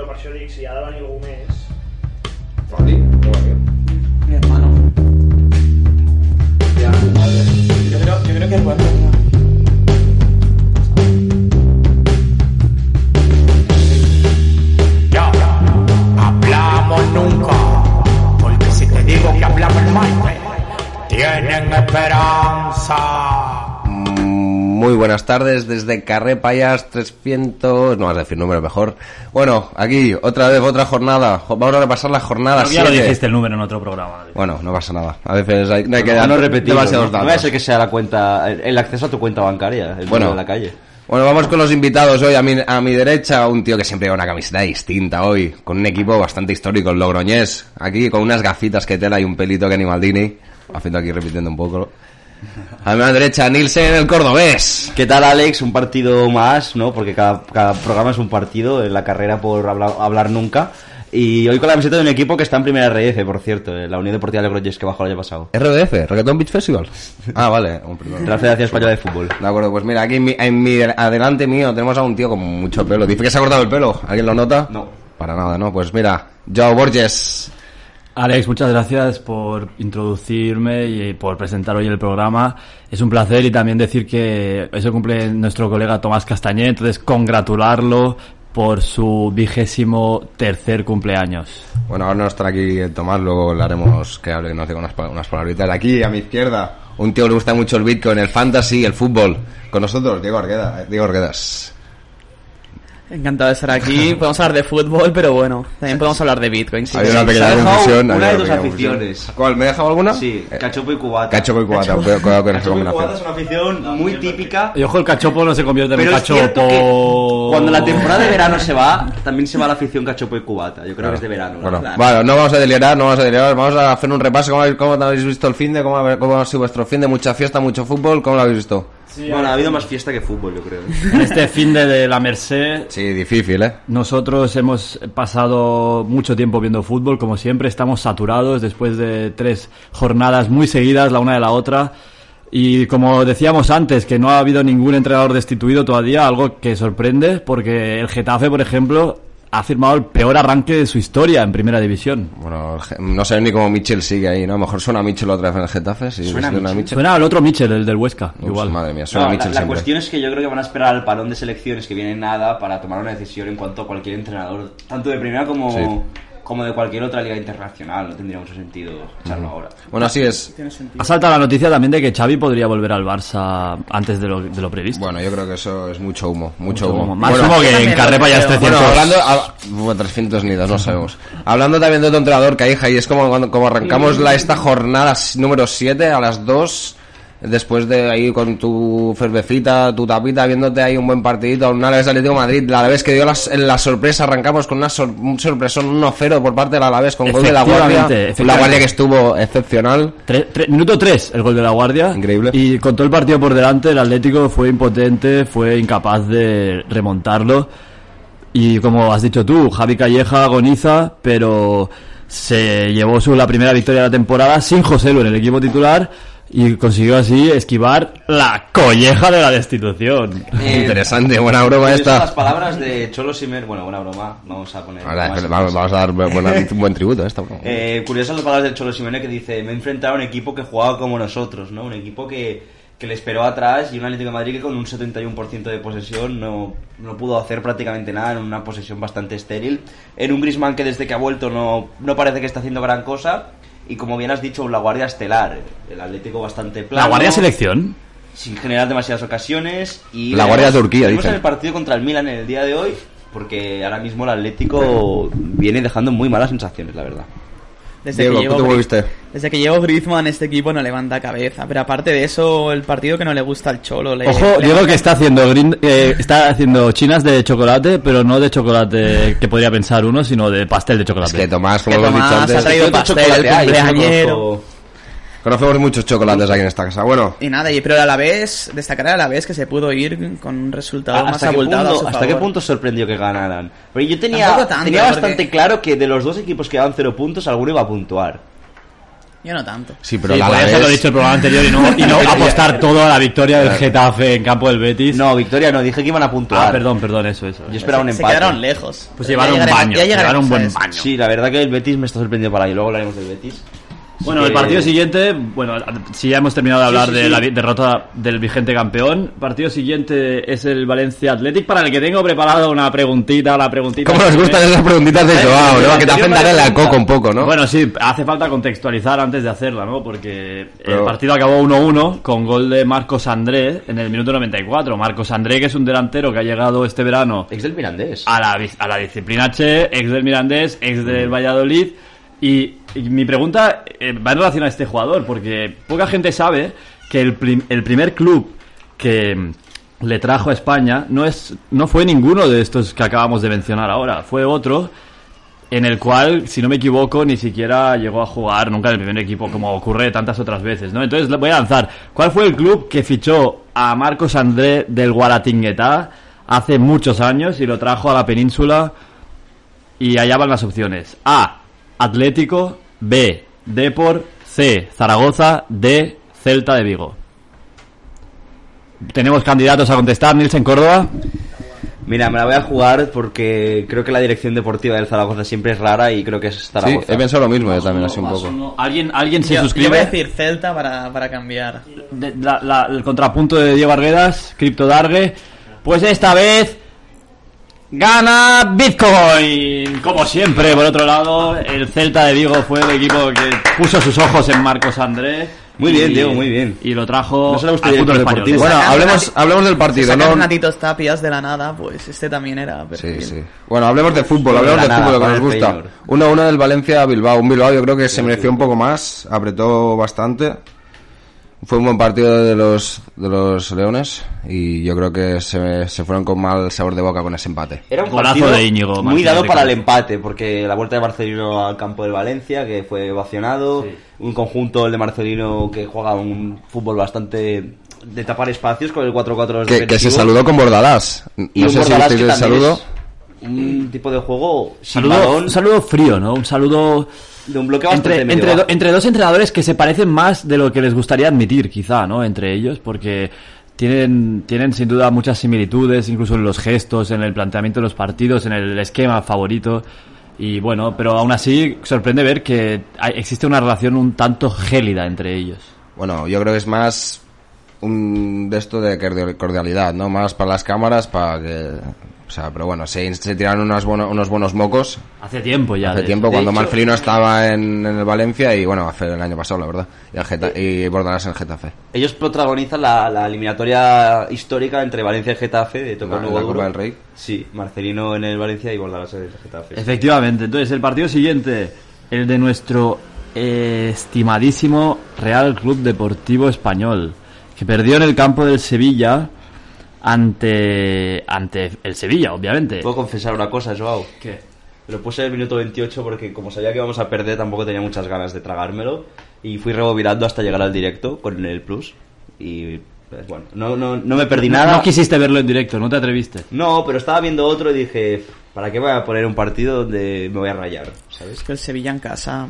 proporcionis i ha de venir algú més. Fali, no va bien. Mi hermano. Ya, vale. Yo creo, yo creo que es bueno. tío. Ya, hablamos nunca, porque si te digo que hablamos el martes, tienen esperanza. Muy buenas tardes desde Carré Payas 300. No vas a decir número mejor. Bueno, aquí, otra vez, otra jornada. Jo- Vamos a repasar la jornada. Ya lo siete. dijiste el número en otro programa. Bueno, no pasa nada. A veces hay, no hay que no, dar no repetir. demasiados No datos. va a ser que sea la cuenta, el, el acceso a tu cuenta bancaria, el Bueno. bueno. de la calle. Bueno, vamos con los invitados hoy. A mi, a mi derecha, un tío que siempre lleva una camiseta distinta hoy, con un equipo bastante histórico, el Logroñés. Aquí con unas gafitas que tela y un pelito que ni Maldini. Haciendo aquí repitiendo un poco. A mi derecha, Nielsen, el cordobés. ¿Qué tal, Alex? Un partido más, ¿no? Porque cada, cada programa es un partido en la carrera por habla- hablar, nunca. Y hoy con la visita de un equipo que está en primera RF, por cierto, eh, la Unión Deportiva de Logroñés que bajó el año pasado. RDF, Reggaeton Beach Festival. Ah, vale. un perdón. La Federación Española de Fútbol. De acuerdo, pues mira, aquí en mi, en mi- adelante mío tenemos a un tío con mucho pelo. Dice que se ha cortado el pelo. ¿Alguien lo nota? No. Para nada, ¿no? Pues mira, Joao Borges. Alex, muchas gracias por introducirme y eh, por presentar hoy el programa. Es un placer y también decir que eso cumple nuestro colega Tomás Castañé, entonces congratularlo por su vigésimo tercer cumpleaños. Bueno, ahora no estará aquí el Tomás, luego le haremos que hable, que nos diga unas, pa- unas palabritas. Aquí, a mi izquierda, un tío que le gusta mucho el Bitcoin, el fantasy, el fútbol. Con nosotros, Diego Argueda, eh, Diego Arguedas. Encantado de estar aquí. Podemos hablar de fútbol, pero bueno, también podemos hablar de Bitcoin. sí. Había una se ha pequeña dejado confusión. una había de una tus pequeña confusión. aficiones. ¿Cuál? ¿Me he dejado alguna? Sí, Eh, Cachopo y Cubata. Cachopo y Cubata, cuidado- cuidado con esa Cachopo y Cubata es combinación. una afición muy típica. Y ojo, el cachopo no se convierte en Pero un es cierto que cachopo. cuando la temporada de verano se va, también se va la afición Cachopo y Cubata. Yo creo Claro. que es de verano. ¿no? Bueno, Claro. bueno, no vamos a delirar, no vamos a delirar, vamos a hacer un repaso. ¿Cómo habéis, cómo habéis visto el fin de? ¿Cómo, ha- ¿Cómo ha sido vuestro fin de? ¿Mucha fiesta, mucho fútbol? ¿Cómo lo habéis visto? Bueno, ha habido más fiesta que fútbol, yo creo. En este fin de, de la Merced Sí, difícil, ¿eh? Nosotros hemos pasado mucho tiempo viendo fútbol, como siempre, estamos saturados después de tres jornadas muy seguidas, la una de la otra. Y como decíamos antes, que no ha habido ningún entrenador destituido todavía, algo que sorprende, porque el Getafe, por ejemplo, ha firmado el peor arranque de su historia en primera división. Bueno, el Ge- no sé ni cómo Mitchell sigue ahí, ¿no? A lo mejor suena Mitchell otra vez en el Getafe. Sí, Suena a Mitchell. Suena al otro Michel, el del Huesca, Ups, igual. Madre mía, suena a No, la- Mitchell la, siempre. cuestión es que yo creo que van a esperar al parón de selecciones que viene nada para tomar una decisión en cuanto a cualquier entrenador, tanto de primera como, Sí. como de cualquier otra liga internacional. No tendría mucho sentido echarlo ahora. Bueno, así es. Ha saltado la noticia también de que Xavi podría volver al Barça antes de lo, de lo previsto. Bueno, yo creo que eso es mucho humo. Mucho, Mucho humo. humo. Más Bueno, humo que en también lo Carrepa ya creo. es Bueno, 300. hablando... hab- bueno, 300 nidos, no sabemos. hablando también de otro entrenador que hay, y es como, cuando- como arrancamos la, esta jornada s- número 7 a las 2... Después de ahí con tu cervecita, tu tapita, viéndote ahí un buen partidito, un Alavés Atlético de Madrid, la Alavés que dio las- la sorpresa, arrancamos con una sor- un sorpresón 1-0 por parte del Alavés con gol de la Guardia, Efectivamente, la efectivamente. Guardia que estuvo excepcional. Tre- tre- minuto 3, el gol de la guardia. Increíble. Y con todo el partido por delante, el Atlético fue impotente, fue incapaz de remontarlo. Y como has dicho tú, Javi Calleja agoniza, pero se llevó su, la primera victoria de la temporada sin José Lu en el equipo titular y consiguió así esquivar la colleja de la destitución. Eh, Interesante, buena broma Curiosas esta. Las palabras de Cholo Simer, bueno, buena broma, vamos a poner. Ahora, más- vamos, vamos a dar bu- buena- un buen tributo a esta. broma. Eh, curiosas las palabras del Cholo Simeone que dice, me he enfrentado a un equipo que jugaba como nosotros, ¿no? Un equipo que, que le esperó atrás y un Atlético de Madrid que con un 71% de posesión no, no pudo hacer prácticamente nada en una posesión bastante estéril. En un Griezmann que desde que ha vuelto no, no parece que está haciendo gran cosa. Y como bien has dicho, la guardia estelar. El Atlético bastante plano. La guardia selección. Sin generar demasiadas ocasiones. Y La guardia de Turquía, Tenemos dicen. el partido contra el Milan en el día de hoy. Porque ahora mismo el Atlético viene dejando muy malas sensaciones, la verdad. Desde, Diego, que llegó ¿tú cómo Gri- viste? desde que llegó Griezmann, este equipo no levanta cabeza. Pero aparte de eso, el partido que no le gusta al Cholo. Le, Ojo, le- Diego que está haciendo grind- eh, está haciendo chinas de chocolate, pero no de chocolate que podría pensar uno, sino de pastel de Es chocolate. que Tomás, como Que hemos dicho Tomás antes, ha traído el pastel, el Chocolate, ay, cumpleañero. loco. conocemos muchos chocolates aquí en esta casa. Bueno, Y nada, y pero a la vez, destacar a la vez que se pudo ir con un resultado Ah, más ¿Hasta, qué abultado. a punto, su hasta qué favor. punto sorprendió que ganaran? Pero yo tenía, Tampoco tanto, tenía bastante porque- claro que de los dos equipos que daban cero puntos, alguno iba a puntuar. Yo no tanto. Sí, pero Sí, la por eso Alavés- lo he dicho el programa anterior y no, y no apostar todo a la victoria del Getafe en campo del Betis. No, Victoria, no, dije que iban a puntuar. Ah, perdón, perdón, eso, eso. Yo esperaba un se, se empate. quedaron lejos. Pues Ya llevaron un llegaremos- baño, ya llegaremos llevaron un a buen eso. baño. Sí, la verdad que el Betis me está sorprendiendo para ahí. Luego hablaremos del Betis. Bueno, Sí el que- partido siguiente, bueno, si ya hemos terminado de hablar sí, de sí. la vi- derrota del vigente campeón, partido siguiente es el Valencia Athletic, para el que tengo preparada una preguntita, la preguntita... ¿Cómo nos gustan esas preguntitas de Joao, no? Que te hacen dar el al coco un poco, ¿no? Bueno, sí, hace falta contextualizar antes de hacerla, ¿no? Porque el Pero- partido acabó 1-1 con gol de Marcos André en el minuto 94. Marcos André, que es un delantero que ha llegado este verano Ex del Mirandés. a la, vis- a la disciplina Che, ex del Mirandés, ex del Valladolid. Y, y mi pregunta eh, va en relación a este jugador, porque poca gente sabe que el, prim- el primer club que mm, le trajo a España no, es, no fue ninguno de estos que acabamos de mencionar ahora, fue otro en el cual, si no me equivoco, ni siquiera llegó a jugar nunca en el primer equipo, como ocurre tantas otras veces, ¿no? Entonces le voy a lanzar. ¿Cuál fue el club que fichó a Marcos André del Guaratinguetá hace muchos años y lo trajo a la península? Y allá van las opciones. A. Atlético. B. Depor. C. Zaragoza. D. Celta de Vigo. Tenemos candidatos a contestar. Nilsen Córdoba. Mira, me la voy a jugar porque creo que la dirección deportiva del Zaragoza siempre es rara y creo que es sí, Zaragoza. he pensado lo mismo yo también, así un poco. ¿Alguien, alguien se Yo, suscribe? yo voy a decir Celta para, para cambiar. de- la- la- el contrapunto de Diego Arguedas, Crypto Dargue. Pues esta vez gana Bitcoin. Como siempre, por otro lado, el Celta de Vigo fue el equipo que puso sus ojos en Marcos Andrés. Muy bien, Diego, muy bien. Y lo trajo No será usted al fútbol director español. deportivo. Bueno, Sacan hablemos, una ti- hablemos del partido, Sacar ¿no? un Natitos Tapias de la nada, pues este también era. Sí, perfil. sí. Bueno, hablemos de fútbol, hablemos Para de nada, fútbol, lo que nos para el gusta. Feyenoord. 1-1 del Valencia a Bilbao. Un Bilbao yo creo que se mereció un poco más, apretó bastante. Fue un buen partido de los, de los Leones y yo creo que se, se fueron con mal sabor de boca con ese empate. Era un Golazo partido de Íñigo muy Martínez dado de para el cabeza. empate, porque la vuelta de Marcelino al campo del Valencia, que fue ovacionado, un conjunto, el de Marcelino, que juega un fútbol bastante de tapar espacios con el Que, 4-4-2 que se definitivo. saludó con Bordalás. Y No un sé si Bordalás visteis que el también saludo. es Un tipo de juego sin Saludo, balón, un saludo frío, ¿no? Un saludo de un bloqueo bastante entre, medio entre, do- bajo. entre dos entrenadores que se parecen más de lo que les gustaría admitir, quizá, ¿no? Entre ellos, porque tienen, tienen sin duda muchas similitudes, incluso en los gestos, en el planteamiento de los partidos, en el esquema favorito. Y bueno, pero aún así sorprende ver que hay- existe una relación un tanto gélida entre ellos. Bueno, yo creo que es más un de esto de cordial- cordialidad, ¿no? Más para las cámaras, para que... O sea, pero bueno, se, se tiraron unas bueno- unos buenos mocos Hace tiempo ya. hace de- tiempo de cuando hecho. Marcelino estaba en, en el Valencia y bueno hace el año pasado la verdad y, el Geta- y Bordalás en el Getafe Ellos protagonizan la, la eliminatoria histórica entre Valencia y Getafe de Tocar La- Nuevo Ah, la Copa Duro. del Rey. Sí, Marcelino en el Valencia y Bordalás en el Getafe. Efectivamente, entonces el partido siguiente, el de nuestro eh, estimadísimo Real Club Deportivo Español, que perdió en el campo del Sevilla ante, ante el Sevilla, obviamente. Puedo confesar una cosa, Joao. Lo puse en el minuto 28 porque como sabía que íbamos a perder tampoco tenía muchas ganas de tragármelo y fui rebobinando hasta llegar al directo con el plus y pues, bueno, no, no, no me perdí No- nada. No quisiste verlo en directo, no te atreviste. No, pero estaba viendo otro y dije, ¿para qué voy a poner un partido donde me voy a rayar? ¿Sabes? Es que el Sevilla en casa.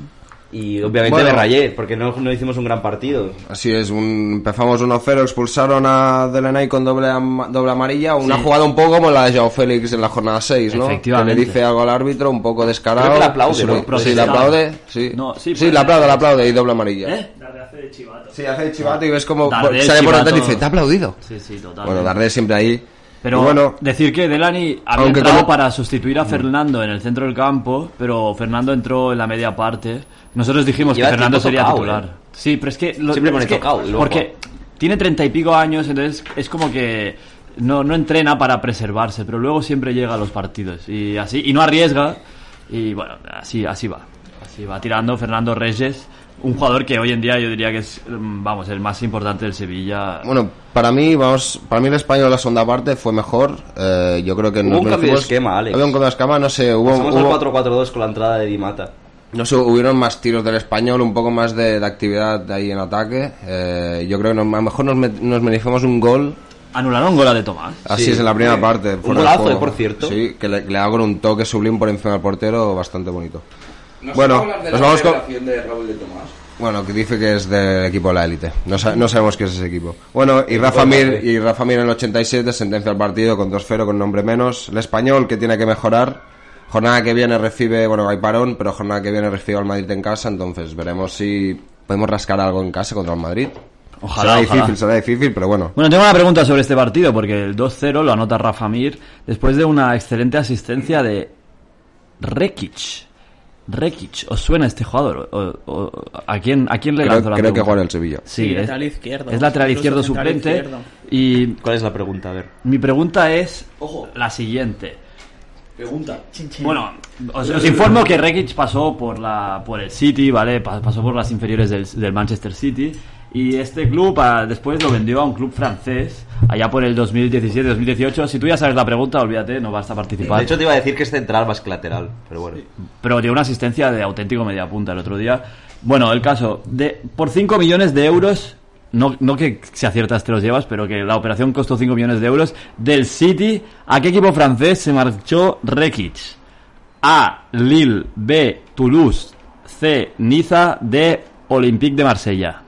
Y obviamente Bueno. me rayé porque no, no hicimos un gran partido. así es un, empezamos 1-0 expulsaron a Delaney con doble, am- doble amarilla una jugada un poco como la de Joao Félix en la jornada 6 ¿no? Efectivamente. que le dice algo al árbitro un poco descarado Creo que la aplaude, Sí, ¿no? sí, Protesta. la aplaude sí, No, sí, sí, pues- la aplaude la aplaude y doble amarilla ¿Eh? Darle hace de chivato. sí hace el chivato y ves como Darder, sale por atrás y chivato. dice te ha aplaudido Sí, sí, total. bueno Dardé siempre ahí Pero Y bueno decir que Delany había Aunque entrado como- Mm. para sustituir a Fernando en el centro del campo, pero Fernando entró en la media parte. Nosotros dijimos Lleva que Fernando tiempo sería tocado, titular. ¿eh? Sí, pero es que... lo- Siempre pone es que- tocado, loco. Porque tiene treinta y pico años, entonces es como que no, no entrena para preservarse, pero luego siempre llega a los partidos y así y no arriesga. Y bueno, así, así va. Así va tirando Fernando Reyes, un jugador que hoy en día yo diría que es, mm, vamos, el más importante del Sevilla. Bueno, para mí, vamos, para mí el español la segunda parte fue mejor. Eh, yo creo que Hubo un merecimos- cambio de esquema, Alex. Había un cambio de esquema, no sé, hubo, Pasamos hubo- al 4-4-2 con la entrada de Di Mata. no sé, hubieron más tiros del español, un poco más de, de actividad ahí en ataque. Eh, yo creo que nos- a lo mejor nos, met- nos merecemos un gol. Anularon gol de Tomás. Así Sí, es en la primera sí. parte. Un fuera de golazo, eh, juego. por cierto. Sí, que le, le hago con un toque sublime por encima del portero, bastante bonito. bueno, nos vamos con. de Raúl de Tomás. Bueno, que dice que es del equipo La Élite. No, sa- no sabemos qué es ese equipo. Bueno, y Rafa Mir, y Rafa Mir en el 87 sentencia al partido con 2-0 con nombre menos. El español que tiene que mejorar. Jornada que viene recibe, bueno, hay parón, pero jornada que viene recibe al Madrid en casa, entonces veremos si podemos rascar algo en casa contra el Madrid. Ojalá, Será ojalá. difícil, será difícil, pero bueno. Bueno, tengo una pregunta sobre este partido, porque el 2-0 lo anota Rafa Mir después de una excelente asistencia de Rekic. Rekic, ¿os suena este jugador? ¿O- o- o- ¿a, quién, ¿A quién le Creo, lanzó la creo que pregunta? juega en el Sevilla. Sí, Sí, es lateral izquierdo. Es lateral Incluso izquierdo central suplente. izquierdo. Y ¿Cuál es la pregunta? A ver. mi pregunta es Ojo. la siguiente. Pregunta. Bueno, os, os informo que Rekic pasó por la por el City, ¿vale? Pa- Pasó por las inferiores del, del Manchester City y este club ah, después lo vendió a un club francés allá por el 2017-2018. Si tú ya sabes la pregunta, olvídate, no vas a participar. De hecho, te iba a decir que es central más que lateral, pero bueno. pero dio una asistencia de auténtico mediapunta el otro día. Bueno, el caso, de por 5 millones de euros, no, no que si aciertas te los llevas, pero que la operación costó 5 millones de euros, del City, ¿a qué equipo francés se marchó Rekic? A, Lille, B, Toulouse, C, Niza, D, Olympique de Marsella.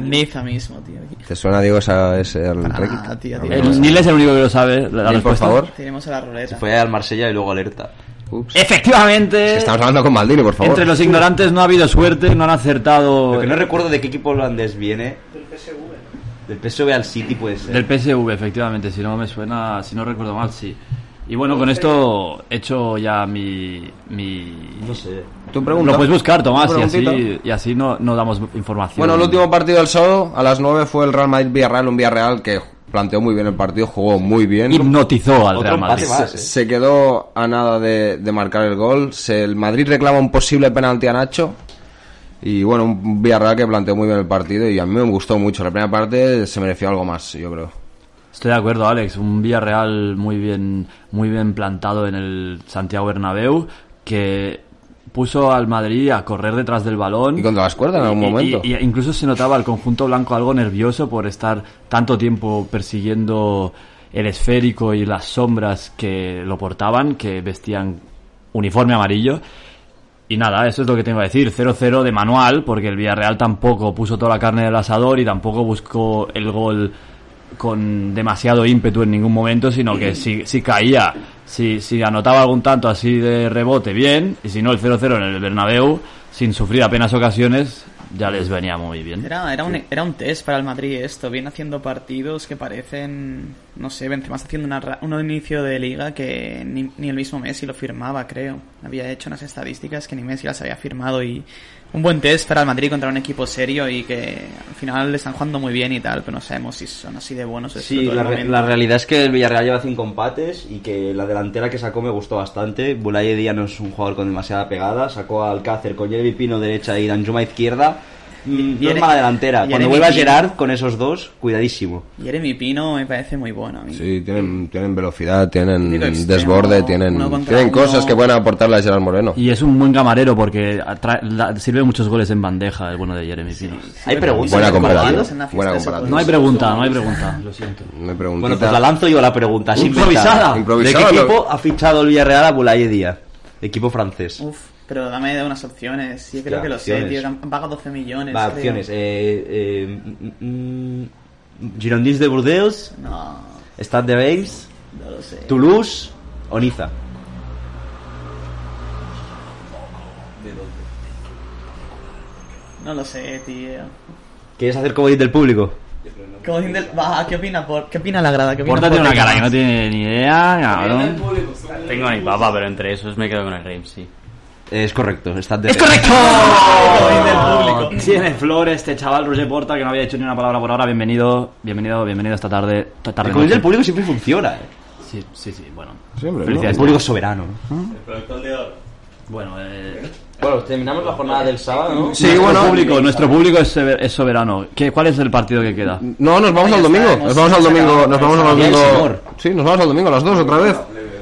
Niza mismo, tío. aquí. ¿Te suena, Diego, esa, ese el Para Rekic? nada, tío, A tío. mí no me El suena. Eh, Lille es el único que lo sabe, la, la Lille, pues, por respuesta. favor. Tenemos a la ruleta. Fue al Marsella y luego alerta. Ups. Efectivamente, Estamos hablando con Maldini, por favor. entre los ignorantes no ha habido suerte, no han acertado Lo que no recuerdo de qué equipo holandés viene. Del PSV. Del PSV al City puede ser. Del PSV, efectivamente, si no me suena, si no recuerdo mal, sí. Y bueno, con esto he hecho ya mi... mi... No sé. Tú Lo puedes buscar, Tomás, Una y así, preguntita. y así no, no damos información. Bueno, el último partido del sábado a las 9 fue el Real Madrid Villarreal, un Villarreal que planteó muy bien el partido, jugó muy bien. Hipnotizó al Otro Real Madrid. empate más, Se- ¿eh? Se quedó a nada de, de marcar el gol. Se- el Madrid reclama un posible penalti a Nacho. Y bueno, un Villarreal que planteó muy bien el partido y a mí me gustó mucho. La primera parte se mereció algo más, yo creo. Estoy de acuerdo, Alex. Un Villarreal muy bien, muy bien plantado en el Santiago Bernabéu, que puso al Madrid a correr detrás del balón. Y contra las cuerdas en algún Y- y- momento. y- incluso se notaba al conjunto blanco algo nervioso por estar tanto tiempo persiguiendo el esférico y las sombras que lo portaban, que vestían uniforme amarillo. Y nada, eso es lo que tengo que decir. 0-0 de manual, porque el Villarreal tampoco puso toda la carne del asador y tampoco buscó el gol con demasiado ímpetu en ningún momento, sino que si, si caía, si, si anotaba algún tanto así de rebote, bien, y si no el 0-0 en el Bernabéu, sin sufrir apenas ocasiones, ya les venía muy bien. Era, era, un, era un test para el Madrid esto. Viene haciendo partidos que parecen, no sé, Benzema está haciendo una ra- un inicio de liga que ni, ni el mismo Messi lo firmaba, creo. Había hecho unas estadísticas que ni Messi las había firmado y un buen test para el Madrid contra un equipo serio y que al final le están jugando muy bien y tal, pero no sabemos si son así de buenos. esto Sí, todo el la, re- momento. la realidad es que el Villarreal lleva cinco empates y que la delantera que sacó me gustó bastante. Bulaye Díaz no es un jugador con demasiada pegada. Sacó a Alcácer con Jeremy Pino derecha y Danjuma izquierda. Mm, No es Yere- mala delantera. Yeremi Cuando vuelva Pino. Gerard con esos dos, cuidadísimo. Jeremy Pino me parece muy bueno a mí. Sí, tienen, tienen velocidad, tienen Tiro extremo, desborde, uno tienen, contra tienen uno. cosas que pueden aportarle a Gerard Moreno. Y es un buen camarero porque atrae- la- sirve muchos goles en bandeja, el bueno de Jeremy Pino. Hay preguntas. Buena ¿Hay comparativa. partidos? En la fiesta Buena se comparativa. puede- No hay pregunta, no hay pregunta, lo siento. Me preguntita. Bueno, pues la lanzo yo la pregunta. así Improvisada. inventada. Improvisada, ¿De qué lo- equipo ha fichado el Villarreal a Bulaye Díaz? Equipo francés. Uf, pero dame de unas opciones. Yo creo Ya, que lo sé, opciones. tío. que Han pagado 12 millones. Va, creo. opciones. Eh, eh, mm, mm, mm, Girondins de Burdeos, No, Stade de Reims, no lo sé. Toulouse o Niza. No lo sé, tío. ¿Quieres hacer comodín del público? Como dicen del- Va, ¿qué opina, por... ¿qué opina la grada? ¿Qué opina Pórtate Porte? una cara que no tiene ni idea, cabrón. Tengo ni papa, pero entre esos me quedo con el Reims, sí. Eh, es correcto, Stade de ¡Es Reims. correcto! del público. Tiene flores este chaval Roger Porta que no había dicho ni una palabra por ahora. Bienvenido, bienvenido, bienvenido esta tarde. esta tarde El comodín del noche. público siempre funciona, eh. Sí, sí, sí, bueno. Siempre, ¿no? El Felicidades. público es soberano. Bueno, eh, Bueno, Pues terminamos la jornada del sábado, ¿no? Sí, nuestro bueno. eh, público, nuestro público es, sever- es soberano. ¿Qué, ¿Cuál es el partido que queda? No, nos vamos Ahí al está, domingo. hemos- Nos vamos al hemos domingo. acabado Nos vamos al con esa domingo. señor. Sí, nos vamos al domingo, las dos otra vez.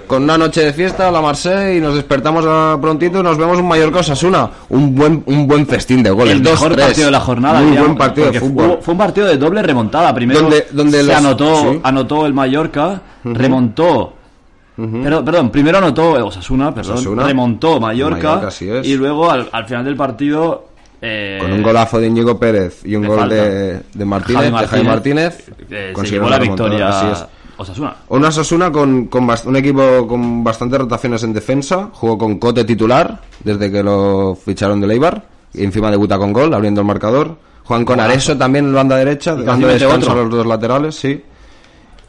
Con una noche de fiesta, la Marseille, y nos despertamos ah, prontito y nos vemos un Mallorca Osasuna. Un buen, un buen festín de goles. el dos, mejor tres. partido de la jornada. Muy digamos, buen partido de porque fútbol. Fue, fue un partido de doble remontada. Primero Donde- donde se los- anotó, sí. anotó el Mallorca, remontó. Pero, perdón, primero anotó eh, Osasuna, perdón, Osasuna. remontó Mallorca, Mallorca, así es. y luego al, al final del partido Eh, Con un golazo de Íñigo Pérez y un de gol falta. de, de Martínez, Javi de Javi Martínez, eh, se consiguieron llevó la remontada, victoria así es. Osasuna. Una Sasuna con, con bast- un equipo con bastantes rotaciones en defensa. Jugó con Cote titular desde que lo ficharon de Leibar. Y encima debuta con gol, abriendo el marcador. Juan con Areso también en banda derecha, casi dando mete descanso a otro. los dos laterales, sí.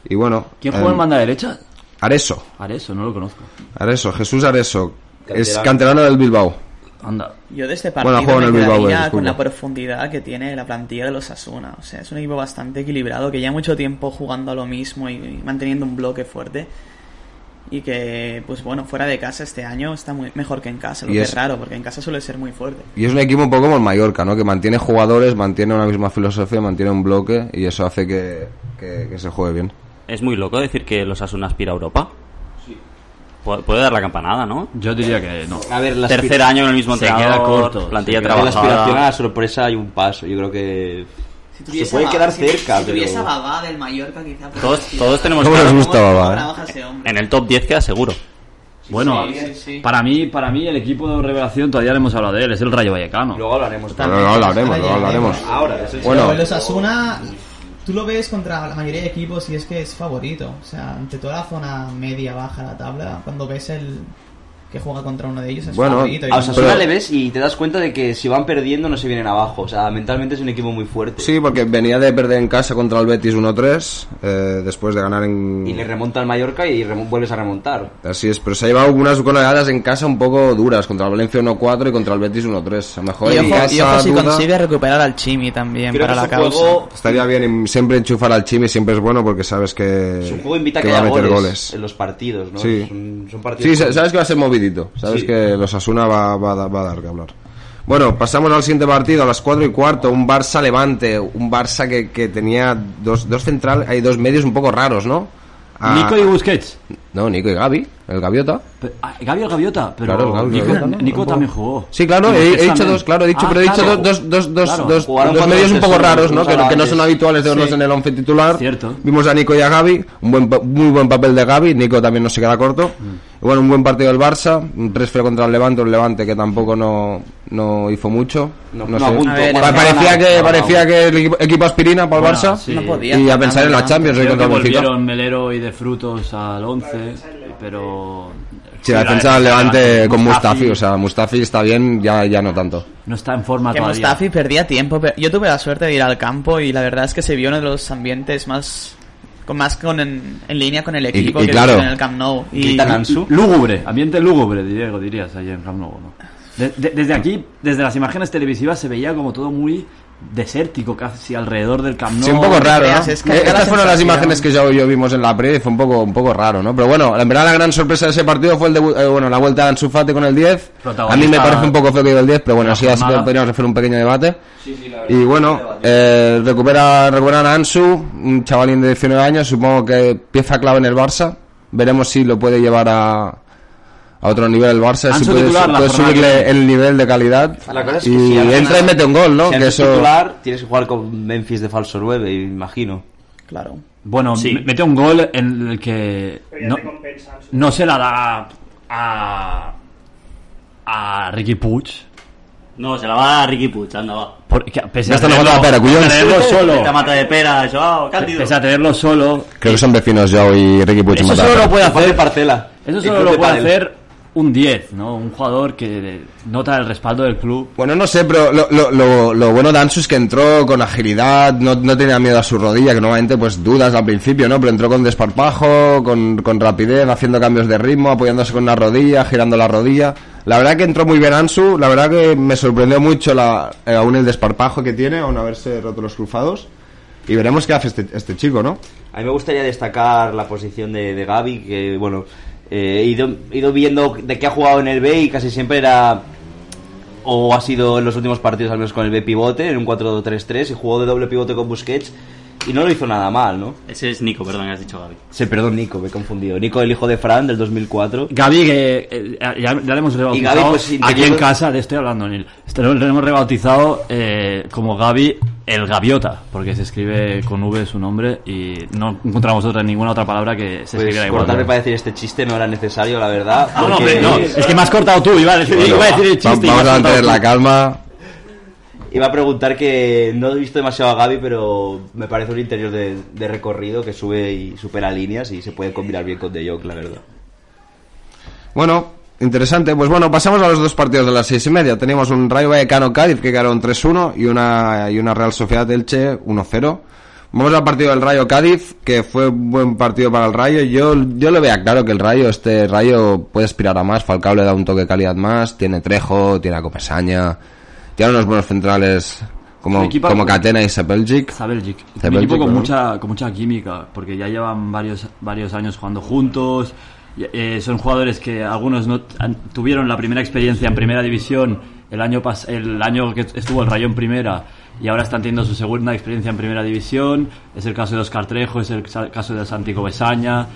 Y bueno. ¿Quién juega eh, en banda derecha? Areso. Areso, no lo conozco. Areso, Jesús Areso. Es Canterano. canterano del Bilbao. Anda. Yo de este Bueno, partido juega en el me Bilbao, quedaría eh, con la disculpa. profundidad que tiene la plantilla de los Asuna. O sea, es un equipo bastante equilibrado que ya mucho tiempo jugando a lo mismo y y manteniendo un bloque fuerte. Y que, pues bueno, fuera de casa este año está muy mejor que en casa, lo Y que es- es raro, porque en casa suele ser muy fuerte. Y es un equipo un poco como el Mallorca, ¿no? Que mantiene jugadores, mantiene una misma filosofía, mantiene un bloque y eso hace que, que- que se juegue bien. Es muy loco decir que los Asuna aspira a Europa. Pu- Puede dar la campanada, ¿no? Yo diría que no. A ver, la Tercer año en el mismo Se entrenador, queda corto, plantilla se queda- la aspiración a trabajada. la sorpresa hay un paso. Yo creo que se puede quedar cerca, pero Babá del Mallorca, quizá. Todos, todos tenemos ¿Cómo claro nos gusta, Baba? eh? en el top 10 queda seguro. Bueno, sí, sí, sí. para mí, para mí el equipo de revelación todavía no hemos hablado de él, es el Rayo Vallecano. luego hablaremos. Pero Luego hablaremos, luego hablaremos. Ahora, es el Bueno, Pero el Osasuna, tú lo ves contra la mayoría de equipos y es que es favorito. O sea, ante toda la zona media-baja de la tabla, cuando ves el que juega contra uno de ellos, es Bueno, favorito. Y A cuando- Osasuna Pero- le ves y te das cuenta de que si van perdiendo no se vienen abajo. O sea, mentalmente es un equipo muy fuerte. Sí, porque venía de perder en casa contra el Betis 1-3, eh, después de ganar en... Y le remonta al Mallorca y remo- vuelves a remontar. Así es, pero se ha llevado unas goleadas en casa un poco duras, contra el Valencia 1-4 y contra el Betis 1-3. A lo mejor Y en ojo, casa y ojo si dura, consigue recuperar al Chimi también Creo para que la su causa. juego, Estaría bien y siempre enchufar al Chimi, siempre es bueno porque sabes que, su juego invita a que que va a haya meter goles, goles. en los partidos, ¿no? Sí. Son, son Sí, partidos. sa- sabes que va a ser movidito. Sabes Sí. que los Asuna va, va a da- va a dar que hablar. Bueno, pasamos al siguiente partido, a las 4 y cuarto. Un Barça Levante, un Barça que, que tenía dos, dos centrales, hay dos medios un poco raros, ¿no? Ah, Nico y Busquets. No, Nico y Gaby, el Gaviota. Pe- ah, Gaby el Gaviota, pero Claro, el Gaby Nico, Gaviota, ¿no? Nico Un poco. también jugó. Sí, claro, Y he, he Busquets dicho también. dos, claro, he dicho, Ah, pero he dicho claro. dos, dos, dos, dos, Claro. dos, Jugaron dos cuatro medios un veces, poco uno, raros, ¿no? uno Que, no- que no antes. son habituales de verlos en el once titular. Cierto. Vimos a Nico y a Gaby, un buen, pa- muy buen papel de Gaby, Nico también no se queda corto. Mm. Y bueno, un buen partido del Barça, un 3-0 contra el Levante, un Levante que tampoco no, no hizo mucho. No- No, no sé. apuntó. A ver, Pa- parecía Barcelona- que, no, parecía que el equipo, equipo aspirina para el Bueno, Barça. sí. No Y podía. a Fernando, pensar en la ¿no? Champions hoy Creo que contra el Benfica. volvieron Melero y de Frutos al 11, pero... Sí, la defensa del Levante con Mustafi, o sea, Mustafi está bien, ya, ya no tanto. No está en Ah, forma Que todavía. Mustafi perdía tiempo. pero Yo tuve la suerte de ir al campo y la verdad es que se vio uno de los ambientes más con más con en, en línea con el equipo y que claro. vieron en el Camp Nou. Y Quitan Ansu. Lúgubre, ambiente lúgubre, Diego, dirías ayer en Camp Nou, ¿no? De- de- desde aquí, desde las imágenes televisivas, se veía como todo muy desértico, casi alrededor del Camp Nou. sí, un poco raro, ¿no? creas, es que Eh, da la Estas fueron las sensación. imágenes que ya yo vimos en la pre y fue un poco, un poco raro, ¿no? Pero bueno, en verdad la gran sorpresa de ese partido fue el debu- eh, bueno, la vuelta de Ansu Fati con el 10. A mí me Protagonista parece un poco feo que iba el 10, pero bueno, de la así ya se- jornada. podríamos hacer un pequeño debate. y bueno, eh, recupera, recuperan a Ansu, un chavalín de 19 años, supongo que pieza clave en el Barça. Veremos si lo puede llevar a, a otro nivel el Barça, Ansu si puede, titular, la puede jornada que subirle el nivel de calidad. La cosa es que y si Ansu- entra y mete un gol, ¿no? Si que eres eso... titular, tienes que jugar con Memphis de falso 9, imagino. claro. Bueno, Sí. me- mete un gol en el que Pero ya no, te compensan. no se la da a, a Ricky Puig. No, se la va a Ricky Puig, anda, va. Porque, pese, Ya a está la mata tenerlo, de pera, pese a cuyón. tenerlo solo, Esta mata de pera, eso, ah, cándido. pese a tenerlo solo, Creo que son vecinos Joe y Ricky Puig. eso Matata. solo lo puede Juan de hacer parcela. Eso El solo club lo de puede pádel. hacer un 10, ¿no? Un jugador que nota el respaldo del club. Bueno, no sé, pero lo, lo, lo, lo bueno de Ansu es que entró con agilidad, no, no tenía miedo a su rodilla, que normalmente pues dudas al principio, ¿no? Pero entró con desparpajo, con, con rapidez, haciendo cambios de ritmo, apoyándose con la rodilla, girando la rodilla. La verdad que entró muy bien Ansu, la verdad que me sorprendió mucho la, eh, aún el desparpajo que tiene, aún haberse roto los cruzados. Y veremos qué hace este, este chico, ¿no? A mí me gustaría destacar la posición de, de Gaby, que bueno, eh, he, ido, he ido viendo de qué ha jugado en el B y casi siempre era, o ha sido en los últimos partidos al menos con el B pivote, en un 4-2-3-3, y jugó de doble pivote con Busquets y no lo hizo nada mal, ¿no? Ese es Nico, perdón, que has dicho Gaby. Se perdón, Nico, me he confundido. Nico, el hijo de Fran del 2004. Gaby, que eh, ya, ya le hemos rebautizado Gavi, pues, sin aquí tener- en casa, le estoy hablando, Nil. Este lo, le hemos rebautizado eh, como Gaby el Gaviota, porque se escribe con V su nombre y no encontramos otra ninguna otra palabra que se Pues escribiera igual. Ah, cortarme para decir este chiste no era necesario, la verdad. No, no, porque- hombre, no, es que me has cortado tú, iba a decir, iba a decir el Va- chiste. y me vamos has a cortado mantener tú. la calma. Iba a preguntar que no he visto demasiado a Gaby, pero me parece un interior de, de recorrido que sube y supera líneas y se puede combinar bien con De Jong, la verdad. Bueno, interesante. Pues bueno, pasamos a los dos partidos de las seis y media. Tenemos un Rayo Vallecano Cádiz que quedaron 3-1 y una, y una Real Sociedad Elche 1-0. Vamos al partido del Rayo Cádiz, que fue un buen partido para el Rayo. Yo, yo lo vea claro que el Rayo, este Rayo puede aspirar a más. Falcao le da un toque de calidad más. Tiene Trejo, tiene a Comesaña, tiene unos buenos centrales Es un como, equipo- como Catena y Sapeljic. Zabeljic. Un Zabeljic, equipo con ¿no? mucha, con mucha química, porque ya llevan varios, varios años jugando juntos. y, eh, son jugadores que algunos no t- han- tuvieron la primera experiencia en primera división el año, pas- el año que estuvo el Rayo en primera y ahora están teniendo su segunda experiencia en primera división. Es el caso de Oscar Trejo, es el sa- caso de Santi Cobesaña.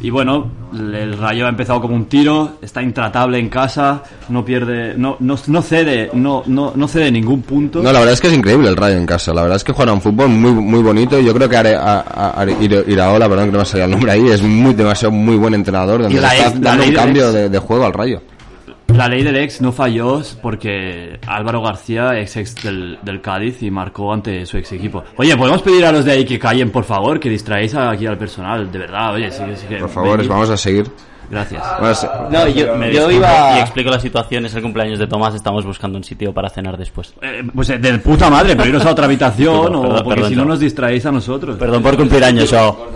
Y bueno, l- el Rayo ha empezado como un tiro, está intratable en casa, no pierde, no, no, no cede, no, no, no cede ningún punto. No, la verdad es que es increíble el Rayo en casa. La verdad es que juegan a un fútbol muy, muy bonito. Yo creo que Are, a, a- Are- Ira- Iraola, perdón que no me salía el nombre ahí, es muy demasiado muy buen entrenador. Donde Y la le está ex- la dando ley un del cambio ex. de, de juego al Rayo. La ley del ex no falló porque Álvaro García ex ex del, del Cádiz y marcó ante su ex equipo. Oye, ¿podemos pedir a los de ahí que callen, por favor? Que distraéis aquí al personal, de verdad, oye, sí, que- sí que- Por favor, venid. vamos a seguir. Gracias. Vamos a- No, yo, Me yo disculpo Y iba. explico la situación, es el cumpleaños de Tomás, estamos buscando un sitio para cenar después. Eh, pues eh, de puta madre, pero iros a otra habitación Perdón, o perdón, porque perdón, si no chao. nos distraéis a nosotros. Perdón por cumplir años, yo.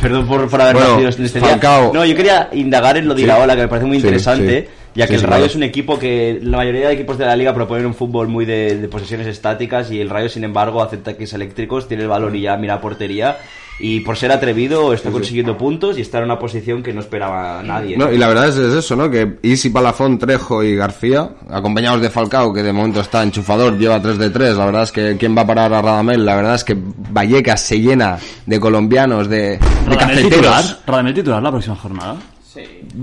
Perdón por, por haber Bueno, nacido en este Falcao. día. No, yo quería indagar en lo de Sí. Iraola, que me parece muy Sí, interesante, sí. ya que Sí, el sí, Rayo claro. es un equipo que la mayoría de equipos de la liga proponen un fútbol muy de, de posesiones estáticas y el Rayo, sin embargo, hace ataques eléctricos, tiene el balón y ya mira a portería. Y por ser atrevido, está consiguiendo puntos y está en una posición que no esperaba nadie. No, y la verdad es, es eso, ¿no? Que Isi Palafón, Trejo y García, acompañados de Falcao, que de momento está enchufador, lleva 3 de 3. La verdad es que quién va a parar a Radamel. La verdad es que Vallecas se llena de colombianos, de, de Radamel cafeteros. titular, Radamel titular la próxima jornada.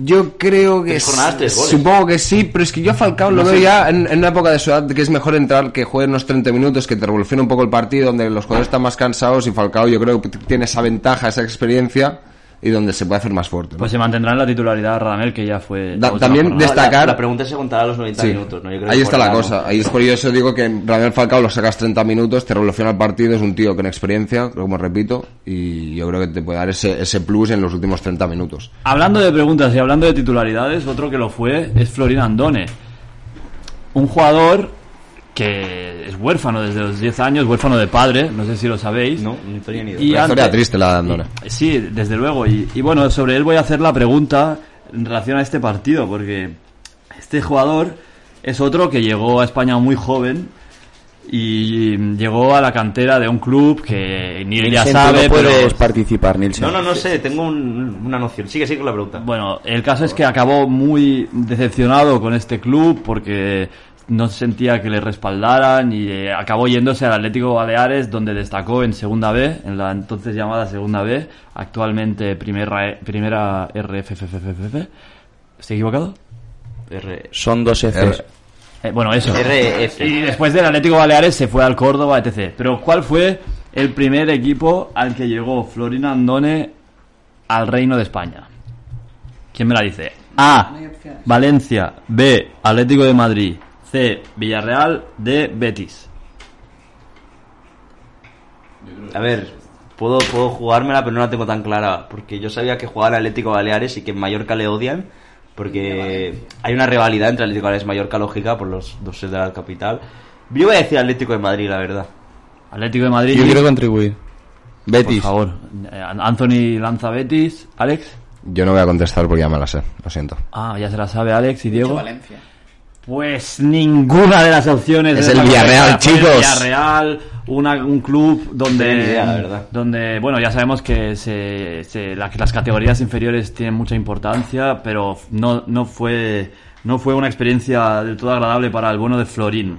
Yo creo que Tres jornadas, tres goles. supongo que sí, pero es que yo a Falcao lo veo ya en, en una época de su edad que es mejor entrar que juegue unos 30 minutos, que te revolucione un poco el partido, donde los jugadores están más cansados y Falcao yo creo que t- tiene esa ventaja, esa experiencia y donde se puede hacer más fuerte. ¿no? Pues se mantendrá en la titularidad Radamel, que ya fue... Da- la última también jornada. dest- destacar- La, la pregunta se contará a los 90 Sí. minutos, ¿no? Yo creo ahí que está la Cortana- cosa, ahí es por eso digo que Radamel Falcao lo sacas 30 minutos, te revoluciona el partido, es un tío con experiencia, como repito, y yo creo que te puede dar ese, ese plus en los últimos 30 minutos. Hablando de preguntas y hablando de titularidades, otro que lo fue es Florin Andone. Un jugador que es huérfano desde los 10 años, huérfano de padre, no sé si lo sabéis. No, no tenía ni idea. Y Una historia antes- triste la de Andone. y- sí, desde luego. Y, y bueno, sobre él voy a hacer la pregunta en relación a este partido, porque este jugador es otro que llegó a España muy joven y llegó a la cantera de un club que ni él ya Nielsen, tú sabe, no pero puedes participar, Nilsen. No, no, no sé, tengo un- una noción. Sigue, sigue con la pregunta. Bueno, el caso es que acabó muy decepcionado con este club porque no sentía que le respaldaran y eh, acabó yéndose al Atlético Baleares donde destacó en Segunda B, en la entonces llamada Segunda B, actualmente primera, primera RFFFF. ¿Estoy equivocado? R- Son dos Fs. Eh, bueno, eso. RF. Y después del Atlético Baleares se fue al Córdoba, etc. Pero ¿cuál fue el primer equipo al que llegó Florin Andone al Reino de España? ¿Quién me la dice? A. Valencia. B. Atlético de Madrid. C. Villarreal. D. Betis. A ver, puedo, puedo jugármela, pero no la tengo tan clara. Porque yo sabía que jugaba en Atlético Baleares y que en Mallorca le odian. Porque hay una rivalidad entre Atlético Baleares y Mallorca, lógica, por los dos ser de la capital. Yo voy a decir Atlético de Madrid, la verdad. Atlético de Madrid. Yo quiero contribuir. Por Betis. favor. Eh, Anthony lanza Betis. Alex. Yo no voy a contestar porque ya me la sé, lo siento. Ah, ya se la sabe Alex y Diego. Valencia. Pues ninguna de las opciones Es de el esa Villarreal, conferencia. Fue el chicos. Villarreal, una- un club donde, No tenía ni idea, la verdad. donde bueno, ya sabemos que se, se- la- que las categorías inferiores tienen mucha importancia, pero no, no fue no fue una experiencia del todo agradable para el bueno de Florín.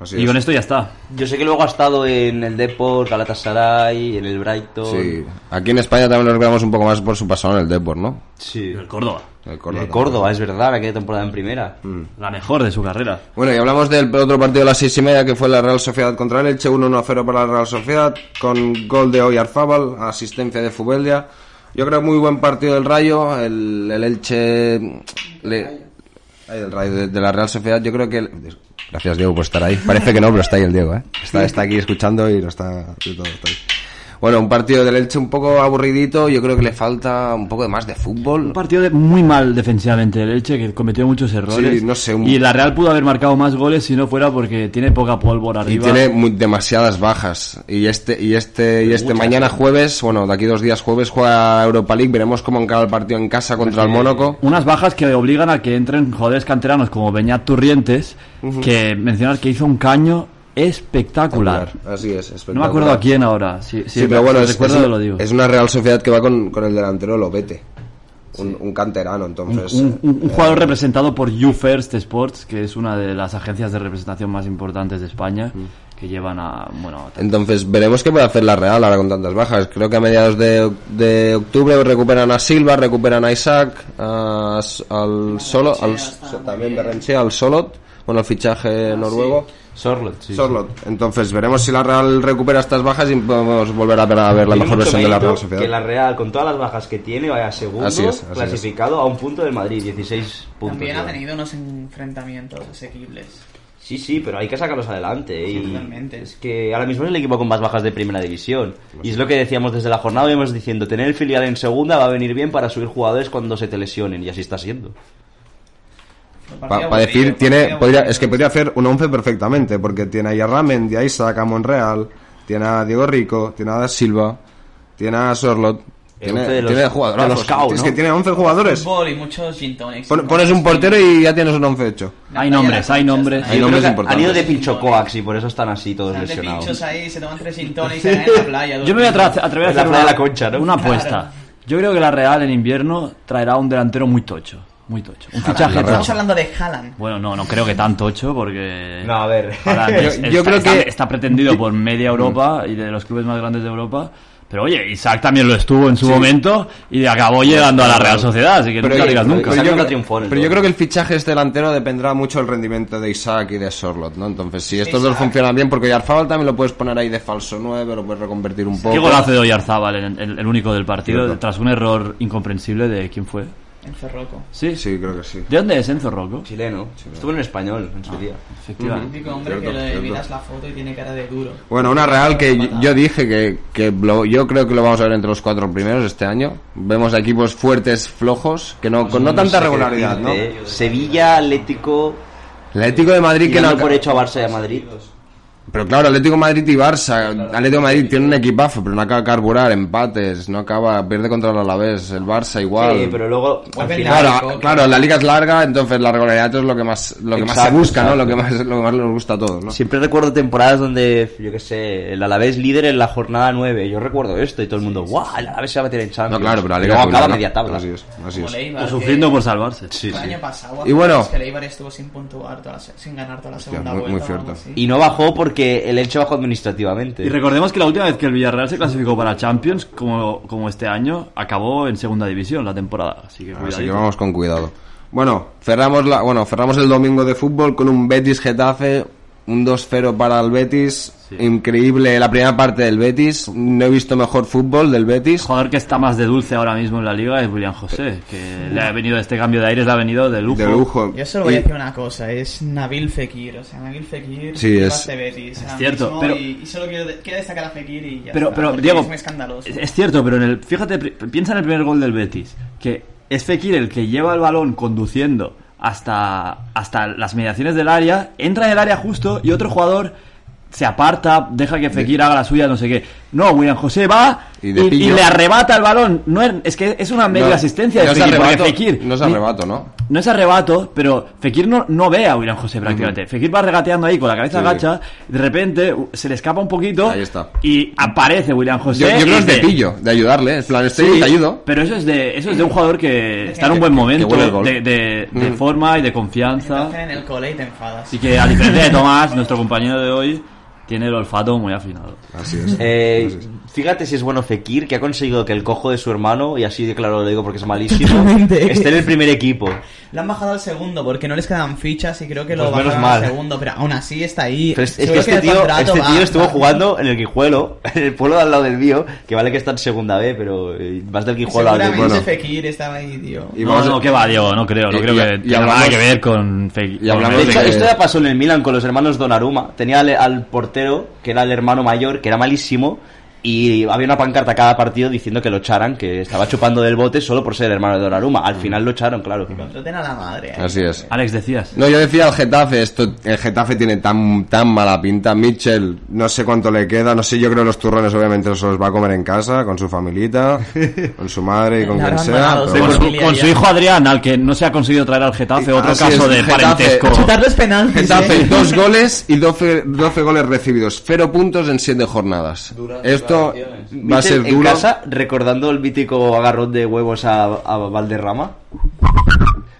Así y es. con esto ya está. Yo sé que luego ha estado en el Depor, Galatasaray, en el Brighton. Sí, aquí en España también nos quedamos un poco más por su pasado en el Depor, ¿no? Sí. El Córdoba, El Córdoba. Mm. De Córdoba, es verdad, aquella temporada en primera. la mejor de su carrera. Bueno, y hablamos del otro partido de las seis y media que fue la Real Sociedad contra el Elche, 1-1-0 para la Real Sociedad, con gol de Oyarzábal, asistencia de Fubeldia. Yo creo muy buen partido del Rayo, el, el Elche... le- Ahí del radio de, de la Real Sociedad, yo creo que... el- Gracias, Diego, por estar ahí. Parece que no, pero está ahí el Diego, ¿eh? Está, está aquí escuchando y lo está... de todo, está ahí. Bueno, un partido del Elche un poco aburridito. Yo creo que le falta un poco de más de fútbol. Un partido de- muy mal defensivamente el Elche, que cometió muchos errores. Sí, no sé, un- Y la Real pudo haber marcado más goles si no fuera porque tiene poca pólvora Y arriba. tiene mu- demasiadas bajas. Y este, y este, y este mañana jueves, bueno, de aquí dos días jueves juega Europa League. Veremos cómo encara el partido en casa contra el Mónaco. Unas bajas que obligan a que entren jugadores canteranos como Beñat Turrientes, que mencionar que hizo un caño espectacular. Así es, No me acuerdo a quién ahora. Si, si Sí, pero bueno, si es, recuerdo es- lo digo. es una Real Sociedad que va con, con el delantero Lobete. Un, un canterano, entonces. un, un- un eh, jugador representado por You First Sports, que es una de las agencias de representación más importantes de España, que llevan a... Bueno, Entonces veremos qué puede hacer la Real ahora con tantas bajas. Creo que a mediados de, de octubre recuperan a Silva, recuperan a Isaac, a S- al Solo, al, también Berrenche, al Solot, bueno, el fichaje noruego. Sorlot, Ah, sí. Sorlot. Entonces veremos si la Real recupera estas bajas y podemos volver a ver, a ver la Tiene mejor mucho versión de la mérito Real Sociedad. Que la Real, con todas las bajas que tiene, vaya segundo, Así es, así clasificado a un punto del Madrid, 16 puntos. También ha lleva. tenido unos enfrentamientos asequibles. Sí, sí, pero hay que sacarlos adelante. Sí, y totalmente. Es que ahora mismo es el equipo con más bajas de primera división. Pues Y es lo que decíamos desde la jornada, vimos diciendo, tener el filial en segunda va a venir bien para subir jugadores cuando se te lesionen, y así está siendo. Para decir, tiene, podría, es que podría hacer un 11 perfectamente, porque tiene ahí a Ramendi, a Isaac, a Monreal, tiene a Diego Rico, tiene a Da Silva, tiene a Sorlot, El tiene, 11 de los- tiene jugadores. de los Cau, Es ¿no? que tiene 11 jugadores. Fútbol y muchos gin tonics. Pon- pones un portero y ya tienes un 11 hecho. Hay nombres, hay nombres. Hay nombres Yo creo que Han importantes. ido de pincho coax y por eso están así todos Están de pinchos lesionados. ahí, se toman tres gin tonics y se van a la playa. Yo me voy a atra- atrever a En la playa hacer una, de la Concha, ¿no? una apuesta. Yo creo que la Real en invierno traerá un delantero muy tocho. Muy tocho. Ah, Un fichaje Estamos tocho. hablando de Haaland. Bueno, no, no creo que tan tocho porque... No, a ver. Haaland Yo- es- yo está- creo está- que- Mm. Está pretendido por media Europa y de los clubes más grandes de Europa. Pero oye, Isaac también lo estuvo en su momento y acabó llegando a la Real Sociedad, así que nunca digas nunca. Isaac yo, nunca creo- triunfó en el pero yo todo. creo que el fichaje este delantero dependerá mucho del rendimiento de Isaac y de Sorlot, ¿no? Entonces, si estos dos funcionan bien, porque Yarfabal también lo puedes poner ahí de falso 9, lo puedes reconvertir un poco. ¿Qué golazo de Oyarzábal, el, el- el único del partido, Cierto. tras un error incomprensible de quién fue? En Ferroco. Sí, Sí, creo que sí. ¿De dónde es Enzo Rocco? Chileno. Ah. Estuvo en español, en su día. Efectivamente. Típico hombre que Cierto, le cierto. miras la foto y tiene cara de duro. Bueno, una Real que yo- yo dije que, que lo- yo creo que lo vamos a ver entre los cuatro primeros este año. Vemos a equipos fuertes, flojos, que no con no tanta sé qué regularidad, ¿no? decirte, ¿eh? Sevilla, Atlético, El Atlético de Madrid que no, tirando por hecho a Barça y a Madrid. pero claro, Atlético de Madrid y Barça, Atlético de Madrid tiene un equipazo, pero no acaba de carburar, empates, no acaba pierde contra el Alavés, el Barça igual. Sí, Eh, pero luego, al Vuelven final, Claro, claro, la liga es larga, entonces la regularidad es lo que más lo que más se Exacto, busca, ¿no? exacto. Lo que más lo que más nos gusta a todos, ¿no? Siempre recuerdo temporadas donde, yo qué sé, el Alavés líder en la jornada 9. Yo recuerdo esto y todo el mundo, ¡guau! El Alavés se va a meter en Champions. No, claro, pero la Y liga luego regular, acaba ¿no? media tabla. Así es, así Como es. Leibar, que Pues Sufriendo por salvarse. Sí, el sí. año pasado. Y bueno. es que Leibar estuvo sin puntuar, toda la se- sin ganar toda la segunda muy- muy vuelta. o algo cierto. así. Y no bajó porque el hecho bajó administrativamente. Y recordemos que la última vez que el Villarreal se clasificó para Champions, como, como este año, acabó en segunda división la temporada. Así que, Así que cuidadito. vamos con cuidado. Bueno, cerramos la, bueno, cerramos el domingo de fútbol con un Betis Getafe, un 2-0 para el Betis. Increíble la primera parte del Betis. No he visto mejor fútbol del El Betis. jugador que está más de dulce ahora mismo en la liga es William José, que le ha venido este cambio de aires, le ha venido de lujo. De lujo. Yo solo voy a Y- decir una cosa, es Nabil Fekir, o sea, Nabil Fekir Sí, lleva es- este Betis ahora cierto, mismo pero- y, y solo quiero, de- quiero destacar a Fekir y ya Pero, está, pero porque Diego, es muy escandaloso. es, es cierto, pero en el, fíjate, pri- piensa en el primer gol del Betis, que es Fekir el que lleva el balón conduciendo hasta, hasta las mediaciones del área, entra en el área justo y otro jugador se aparta, deja que Fekir haga la suya, no sé qué. No, William José va Y y, de y pillo. le arrebata el balón. No es, es que es una media No, asistencia de no es Fekir, porque arrebato, Fekir no es ni- arrebato, ¿no? no es arrebato, pero Fekir no, no ve a William José prácticamente. Fekir va regateando ahí con la cabeza Sí. gacha, de repente u- se le escapa un poquito Ahí está. y aparece William José. Yo, yo creo y que es de dice, pillo, de ayudarle. En plan, estoy, "Sí, te ayudo. Pero eso es de eso es de un jugador que está en un buen momento, huele el gol. de, de- de forma y de Te confianza. hacen en el cole y te enfadas. Así que a diferencia de Tomás, nuestro compañero de hoy, Tiene el olfato muy afinado. Así es. Eh, Así es. fíjate si es bueno Fekir, que ha conseguido que el cojo de su hermano, y así de claro lo digo porque es malísimo, Totalmente. esté en el primer equipo. Lo han bajado al segundo porque no les quedan fichas y creo que lo Pues menos bajaron mal. al segundo, pero aún así está ahí. Pero es, es Seguro que este el tío, contrato este va- tío estuvo va- jugando en el Guijuelo, en el pueblo de al lado del mío, que vale que está en segunda B, pero eh, vas del Guijuelo al del Seguramente bueno. Fekir estaba ahí, tío. Y no, vamos a- no, que va, Diego, no creo, no Y- creo y- que y tenga hablamos- nada que ver con fake. y con hablamos De Messi. hecho, esto ya pasó en el Milan con los hermanos Donnarumma. Tenía al, al portero, que era el hermano mayor, que era malísimo, y había una pancarta cada partido diciendo que lo echaran, que estaba chupando del bote solo por ser el hermano de Donnarumma. Al final lo echaron, claro. Contraten a la madre. eh. Así es. Alex, decías. No, yo decía el Getafe, esto, el Getafe tiene tan, tan mala pinta. Mitchell, no sé cuánto le queda, no sé, yo creo que los turrones obviamente se los va a comer en casa, con su familita, con su madre y con Le quien habrán sea. donado pero su Con bueno. su, familia con ya. su hijo Adrián, al que no se ha conseguido traer al Getafe, otro Así caso es, de Getafe. parentesco. Chutar los penaltis. Getafe, eh. dos goles y 12, 12 goles recibidos, cero puntos en siete jornadas. Esto va a ¿Viste ser en duro. casa recordando el mítico agarrón de huevos a, a Valderrama?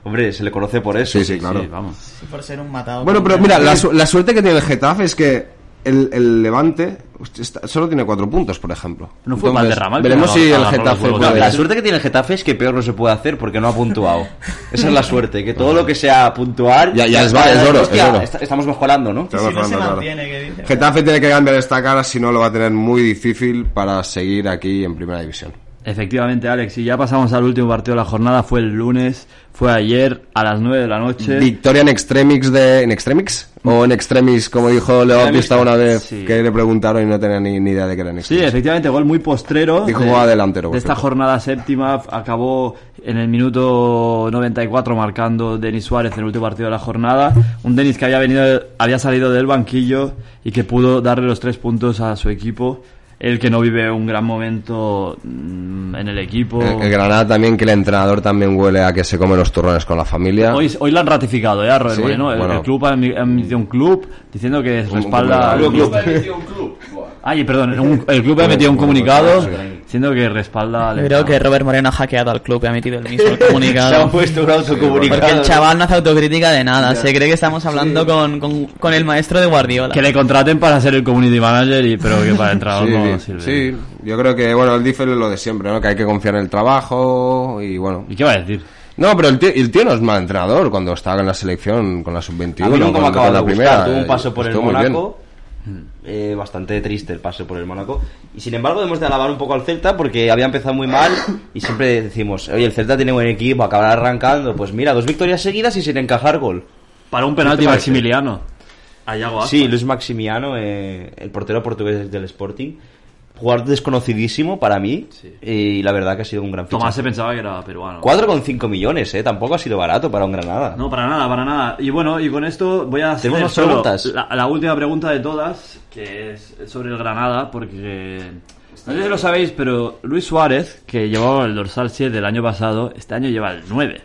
Hombre, se le conoce por eso. Sí, sí, claro. Sí, vamos. Sí, por ser un matado. Bueno, pero mira, la, su- la suerte que tiene el Getafe es que el, el Levante hostia, está- solo tiene cuatro puntos, por ejemplo. No fue Valderrama el que Veremos agarró- si el agarró los Getafe huevos. No, puede. la suerte que tiene el Getafe es que peor no se puede hacer porque no ha puntuado. Esa es la suerte, que todo lo que sea puntuar. Ya- ya es va- es oro, Hostia, es oro. est- Estamos mejorando, ¿no? Si Estamos no se hablando, claro. mantiene, ¿qué dices? Getafe tiene que cambiar esta cara, si no lo va a tener muy difícil para seguir aquí en primera división. Efectivamente, Alex, y ya pasamos al último partido de la jornada, fue el lunes, fue ayer a las 9 de la noche. Victoria en extremis de. ¿En extremis? O en extremis, como dijo Leo Extremis, Pista una vez sí. que le preguntaron y no tenía ni, ni idea de que eran Sí, extremis. efectivamente, gol muy postrero. Dijo de, jugaba delantero, De esta perfecto. jornada séptima f- acabó en el minuto 94 marcando Denis Suárez en el último partido de la jornada. Un Denis que había, venido, había salido del banquillo y que pudo darle los tres puntos a su equipo. El que no vive un gran momento mm, en el equipo. El, el Granada también, que el entrenador también huele a que se come los turrones con la familia. Hoy, hoy lo han ratificado, ¿eh? A Robert Sí, Moreno. El, bueno. el club ha emi- ha emitido un club diciendo que respalda. comunicado. Club, Ay, perdón, un- el club ha emitido un comunicado diciendo que respalda. al Creo que Robert Moreno ha hackeado al club y ha emitido el mismo Se han comunicado. puesto un autocomunicado. Porque el chaval no hace autocrítica de nada. Se cree que estamos hablando con, con, con el maestro de Guardiola. Que le contraten para ser el community manager, y, pero que para entrar Sí, no sí, sirve. sí. yo creo que, bueno, él dice lo de siempre, ¿no? Que hay que confiar en el trabajo y bueno. ¿Y qué va a decir? No, pero el tío, el tío no es mal entrenador cuando estaba en la selección con la sub-21. A mí nunca con- me con acaba de la gustar. primera, Tuvo un eh, paso por el estuvo muy bien. Mónaco. eh, bastante triste el paso por el Mónaco. Y sin embargo, debemos de alabar un poco al Celta porque había empezado muy mal. Y siempre decimos, oye, el Celta tiene buen equipo, acabará arrancando. Pues mira, dos victorias seguidas y sin encajar gol. Para un penalti Maximiliano. Ayago Sí, Luis Maximiano, eh, el portero portugués del Sporting. Jugador desconocidísimo para mí. Sí. Y la verdad que ha sido un gran Tomás se fichaje. pensaba que era peruano. 4,5 millones, ¿eh? Tampoco ha sido barato para un Granada. No, para nada, para nada. Y bueno, y con esto voy a hacer Tenemos más solo preguntas. La, la última pregunta de todas, que es sobre el Granada, porque no sé si lo sabéis, pero Luis Suárez, que llevaba el dorsal 7 del año pasado, este año lleva el 9.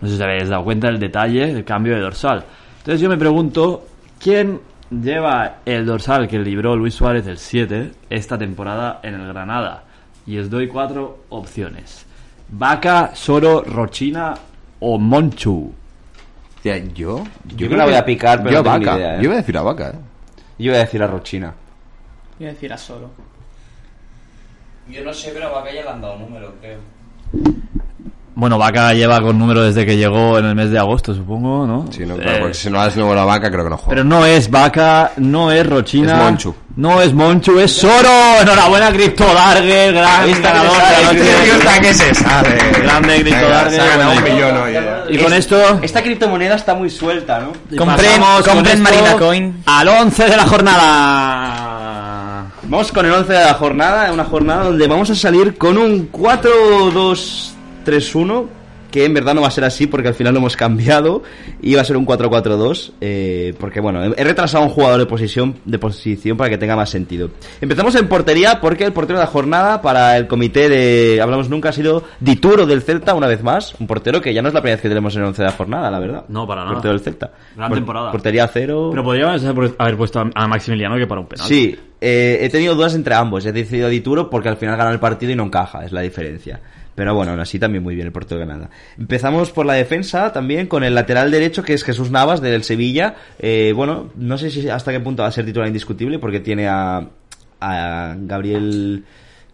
No sé si os habéis dado cuenta del detalle del cambio de dorsal. Entonces yo me pregunto, ¿quién lleva el dorsal que libró Luis Suárez el 7 esta temporada en el Granada? Y os doy cuatro opciones. Vaca, Soro, Rochina o Monchu. Hostia, yo. Yo me la voy a picar, pero yo no tengo ni vaca. idea, ¿eh? Yo iba a decir a vaca, ¿eh? Yo voy a decir a Rochina. Iba a decir a solo. Yo no sé, pero a Vaca ya le han dado número, creo. Bueno, Vaca lleva con número desde que llegó en el mes de agosto, supongo, ¿no? Sí, no, Eh, claro, porque si no das número a vaca, creo que no juega. Pero no es Vaca, no es Rochina. Es Monchu. No es Monchu, es Soro. Enhorabuena, Cristo Darger, gran ganador de la noche. que se sabe. Grande Grito Venga, Darde, se ha ganado bueno. un millón hoy. eh. Y con esto. Esta criptomoneda está muy suelta, ¿no? Compren- pasamos con compren esto Marina Coin. Al 11 de la jornada. Vamos con el 11 de la jornada, una jornada donde vamos a salir con un 4-2-3-1, que en verdad no va a ser así porque al final lo hemos cambiado y va a ser un 4-4-2, eh, porque bueno, he he retrasado a un jugador de posición, de posición para que tenga más sentido. Empezamos en portería porque el portero de la jornada para el comité de Hablamos Nunca ha sido Dituro del Celta una vez más, un portero que ya no es la primera vez que tenemos en el 11 de la jornada, la verdad. No, para nada. Portero del Celta. Gran temporada. Portería cero. Pero podríamos haber puesto a- a Maximiliano que para un penal. Sí, eh, he tenido dudas entre ambos. He decidido a Dituro porque al final gana el partido y no encaja, es la diferencia. Pero bueno, aún así también muy bien el Porto de Granada. Empezamos por la defensa también con el lateral derecho que es Jesús Navas del Sevilla. Eh, bueno, no sé si hasta qué punto va a ser titular indiscutible porque tiene a, a Gabriel...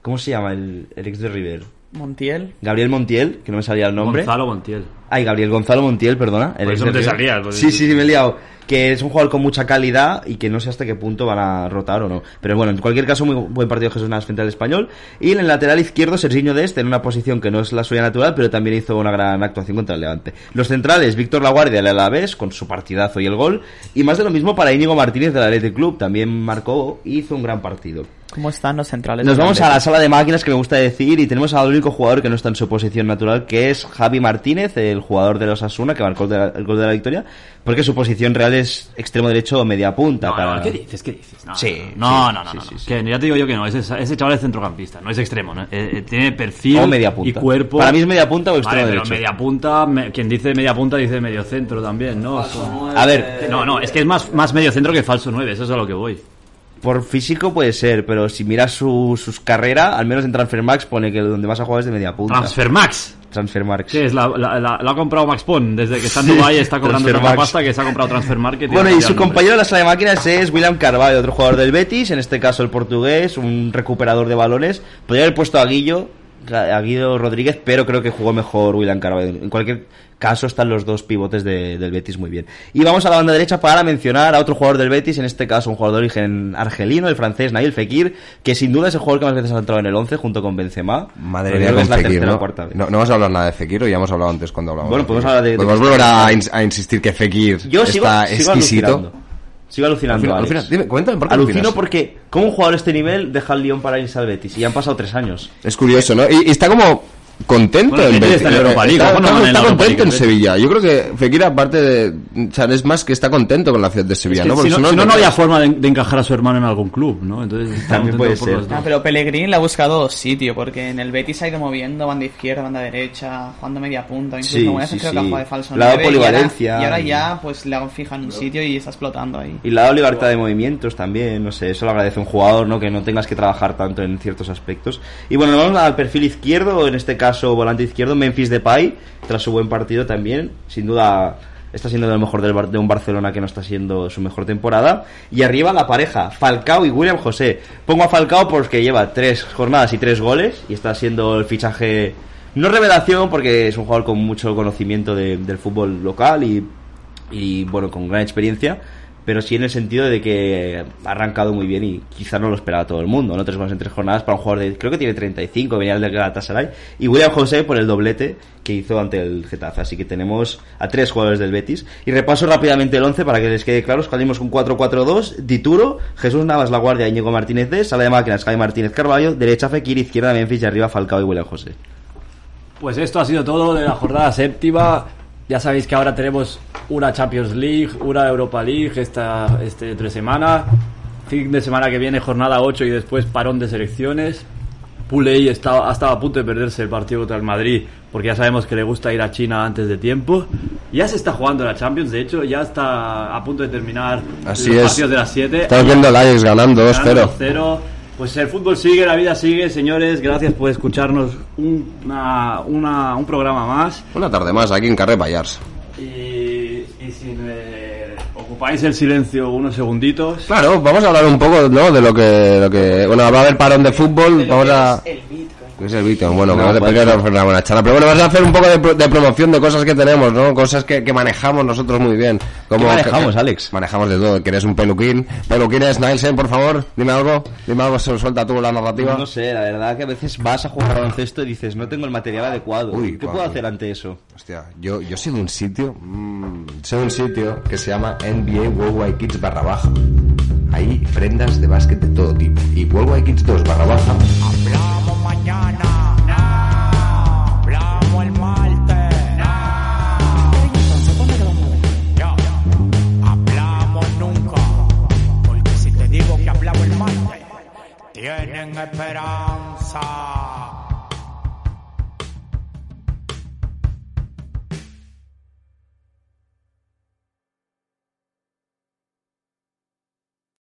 ¿Cómo se llama el, el ex de River? Montiel. Gabriel Montiel, que no me salía el nombre. Gonzalo Montiel. Ay, Gabriel Gonzalo Montiel, perdona. el Por ex eso no del te River. salía, pues- Sí, sí, sí, me he liado. Que es un jugador con mucha calidad y que no sé hasta qué punto van a rotar o no. Pero bueno, en cualquier caso, muy buen partido de Jesús Navas frente al español. Y en el lateral izquierdo, Serginho Dest, en una posición que no es la suya natural, pero también hizo una gran actuación contra el Levante. Los centrales, Víctor Laguardia del Alavés, con su partidazo y el gol. Y más de lo mismo para Íñigo Martínez del Athletic Club, también marcó y hizo un gran partido. ¿Cómo están los centrales? Nos del vamos a Atleti? la sala de máquinas que me gusta decir y tenemos al único jugador que no está en su posición natural, que es Javi Martínez, el jugador de los Asuna, que marcó el de la- el gol de la victoria, porque su posición real es extremo derecho o media punta. para... Ah, ¿Qué dices? ¿Qué dices? No, Sí, No, sí, no, no. sí, no, sí, no. Que ya te digo yo que no. Ese, ese chaval es centrocampista, no es extremo. ¿no? Eh, eh, tiene perfil O media punta. y cuerpo. Para mí es media punta o extremo Vale, pero derecho. media punta, me- quien dice media punta dice medio centro también, ¿no? Es un- A ver. No, no, es que es más, más medio centro que falso 9, eso es a lo que voy. Por físico puede ser, pero si miras su, sus carreras, al menos en Transfermax pone que donde vas a jugar es de media punta. Transfermax. Transfermax. ¿Qué es? La, la, la- la ha comprado Max Pon desde que está en Sí, Dubái, está cobrando tanta Transfermax. pasta que se ha comprado Transfer Market. Bueno, y su compañero compañero de la sala de máquinas es William Carvalho, otro jugador del Betis, en este caso el portugués, un recuperador de balones. Podría haber puesto a Guillo, a Guido Rodríguez, pero creo que jugó mejor William Carvalho. En cualquier caso, están los dos pivotes de- del Betis muy bien. Y vamos a la banda derecha para mencionar a otro jugador del Betis, en este caso un jugador de origen argelino, el francés Nail Fekir, que sin duda es el jugador que más veces ha entrado en el 11 junto con Benzema. Madre Pero mía, creo que con es la Fekir, tercera o ¿no? cuarta vez. ¿no? no vamos a hablar nada de Fekir, o ya hemos hablado antes cuando hablamos. Bueno, de podemos Fekir. hablar de- de- Podemos volver a, ins- a insistir que Fekir Yo sigo, está sigo exquisito. alucinando. Sigo alucinando. Al final- al Alex. final, dime, cuéntame, ¿por qué Alucino alucinas? porque, ¿cómo un jugador de este nivel deja el Lyon para irse al Betis? Y han pasado tres años. Es curioso, ¿no? Y, y está como contento Bueno, en Fekir Betis. está en Europa League, Está- ¿cómo no está- van en está la Europa contento en League? Sevilla. Yo creo que Fekir, aparte de. O sea, es más que está contento con la ciudad de Sevilla, Es que ¿no? si, Porque no, si no, te- no había forma de, de encajar a su hermano en algún club, ¿no? Entonces, está También contento puede por ser. los dos. Ah, pero Pellegrini le ha buscado sitio, porque en el Betis ha ido moviendo banda izquierda, banda derecha, jugando media punta, incluso Sí, algunas sí, creo sí. que ha jugado de falso Le ha dado 9, y ahora- polivalencia. Y ahora ya pues le han fijado en un sitio y está explotando ahí. Y le ha dado libertad de movimientos también, no sé, eso lo agradece un jugador, ¿no? Que no tengas que trabajar tanto en ciertos aspectos. Y bueno, vamos al perfil izquierdo, en este caso volante izquierdo, Memphis Depay, tras su buen partido también, sin duda está siendo de lo mejor del Bar- de un Barcelona que no está siendo su mejor temporada. Y arriba la pareja, Falcao y William José. Pongo a Falcao porque lleva tres jornadas y tres goles y está siendo el fichaje... No revelación porque es un jugador con mucho conocimiento de- del fútbol local y y bueno, con gran experiencia, pero sí en el sentido de que ha arrancado muy bien y quizá no lo esperaba todo el mundo, ¿no? Tres goles en tres jornadas para un jugador de, creo que tiene 35, venía del Galatasaray, y William José por el doblete que hizo ante el Getafe, así que tenemos a tres jugadores del Betis. Y repaso rápidamente el 11 para que les quede claro, salimos con 4-4-2, Dituro, Jesús Navas, La Guardia, Íñigo Martínez D, sala de máquinas, Jaime Martínez Carballo, derecha Fekir, izquierda Memphis y arriba Falcao y William José. Pues esto ha sido todo de la jornada séptima. Ya sabéis que ahora tenemos una Champions League, una Europa League esta este tres semanas. Fin de semana que viene jornada 8 y después parón de selecciones. Puley está, ha estado a punto de perderse el partido contra el Madrid porque ya sabemos que le gusta ir a China antes de tiempo. Ya se está jugando la Champions, de hecho ya está a punto de terminar Así los es. partidos de las 7. Estamos viendo al Ajax ganando 2-0. Ganando 2-0. Pues el fútbol sigue, la vida sigue, señores. Gracias por escucharnos un, una- una- un programa más. Una tarde más aquí en Carre Payars. Y, y si me ocupáis el silencio unos segunditos. Claro, vamos a hablar un poco, ¿no? De lo que. Lo que bueno, va a haber parón de fútbol, vamos a. ¿Qué es el Bitcoin? Bueno, No, que no te bueno. pegues una buena charla. Pero bueno, vas a hacer un poco de, pro- de promoción de cosas que tenemos, ¿no? Cosas que, que manejamos nosotros muy bien. Como ¿Qué manejamos, Alex? Manejamos de todo. Que eres un peluquín. Peluquines, Nielsen, por favor, dime algo. Dime algo, su- suelta tú la narrativa. No sé, la verdad que a veces vas a jugar baloncesto y dices, no tengo el material adecuado. Uy, ¿Qué pa- puedo hacer ante eso? Hostia, yo, yo soy de un sitio, mm, soy de un sitio que se llama NBA Worldwide Kids barra baja. Hay prendas de básquet de todo tipo. Y Worldwide Kids 2 barra baja. Hablamos mañana. Hablamos el martes. Ya. Hablamos nunca. Porque si te digo que hablamos el martes, tienen esperanza.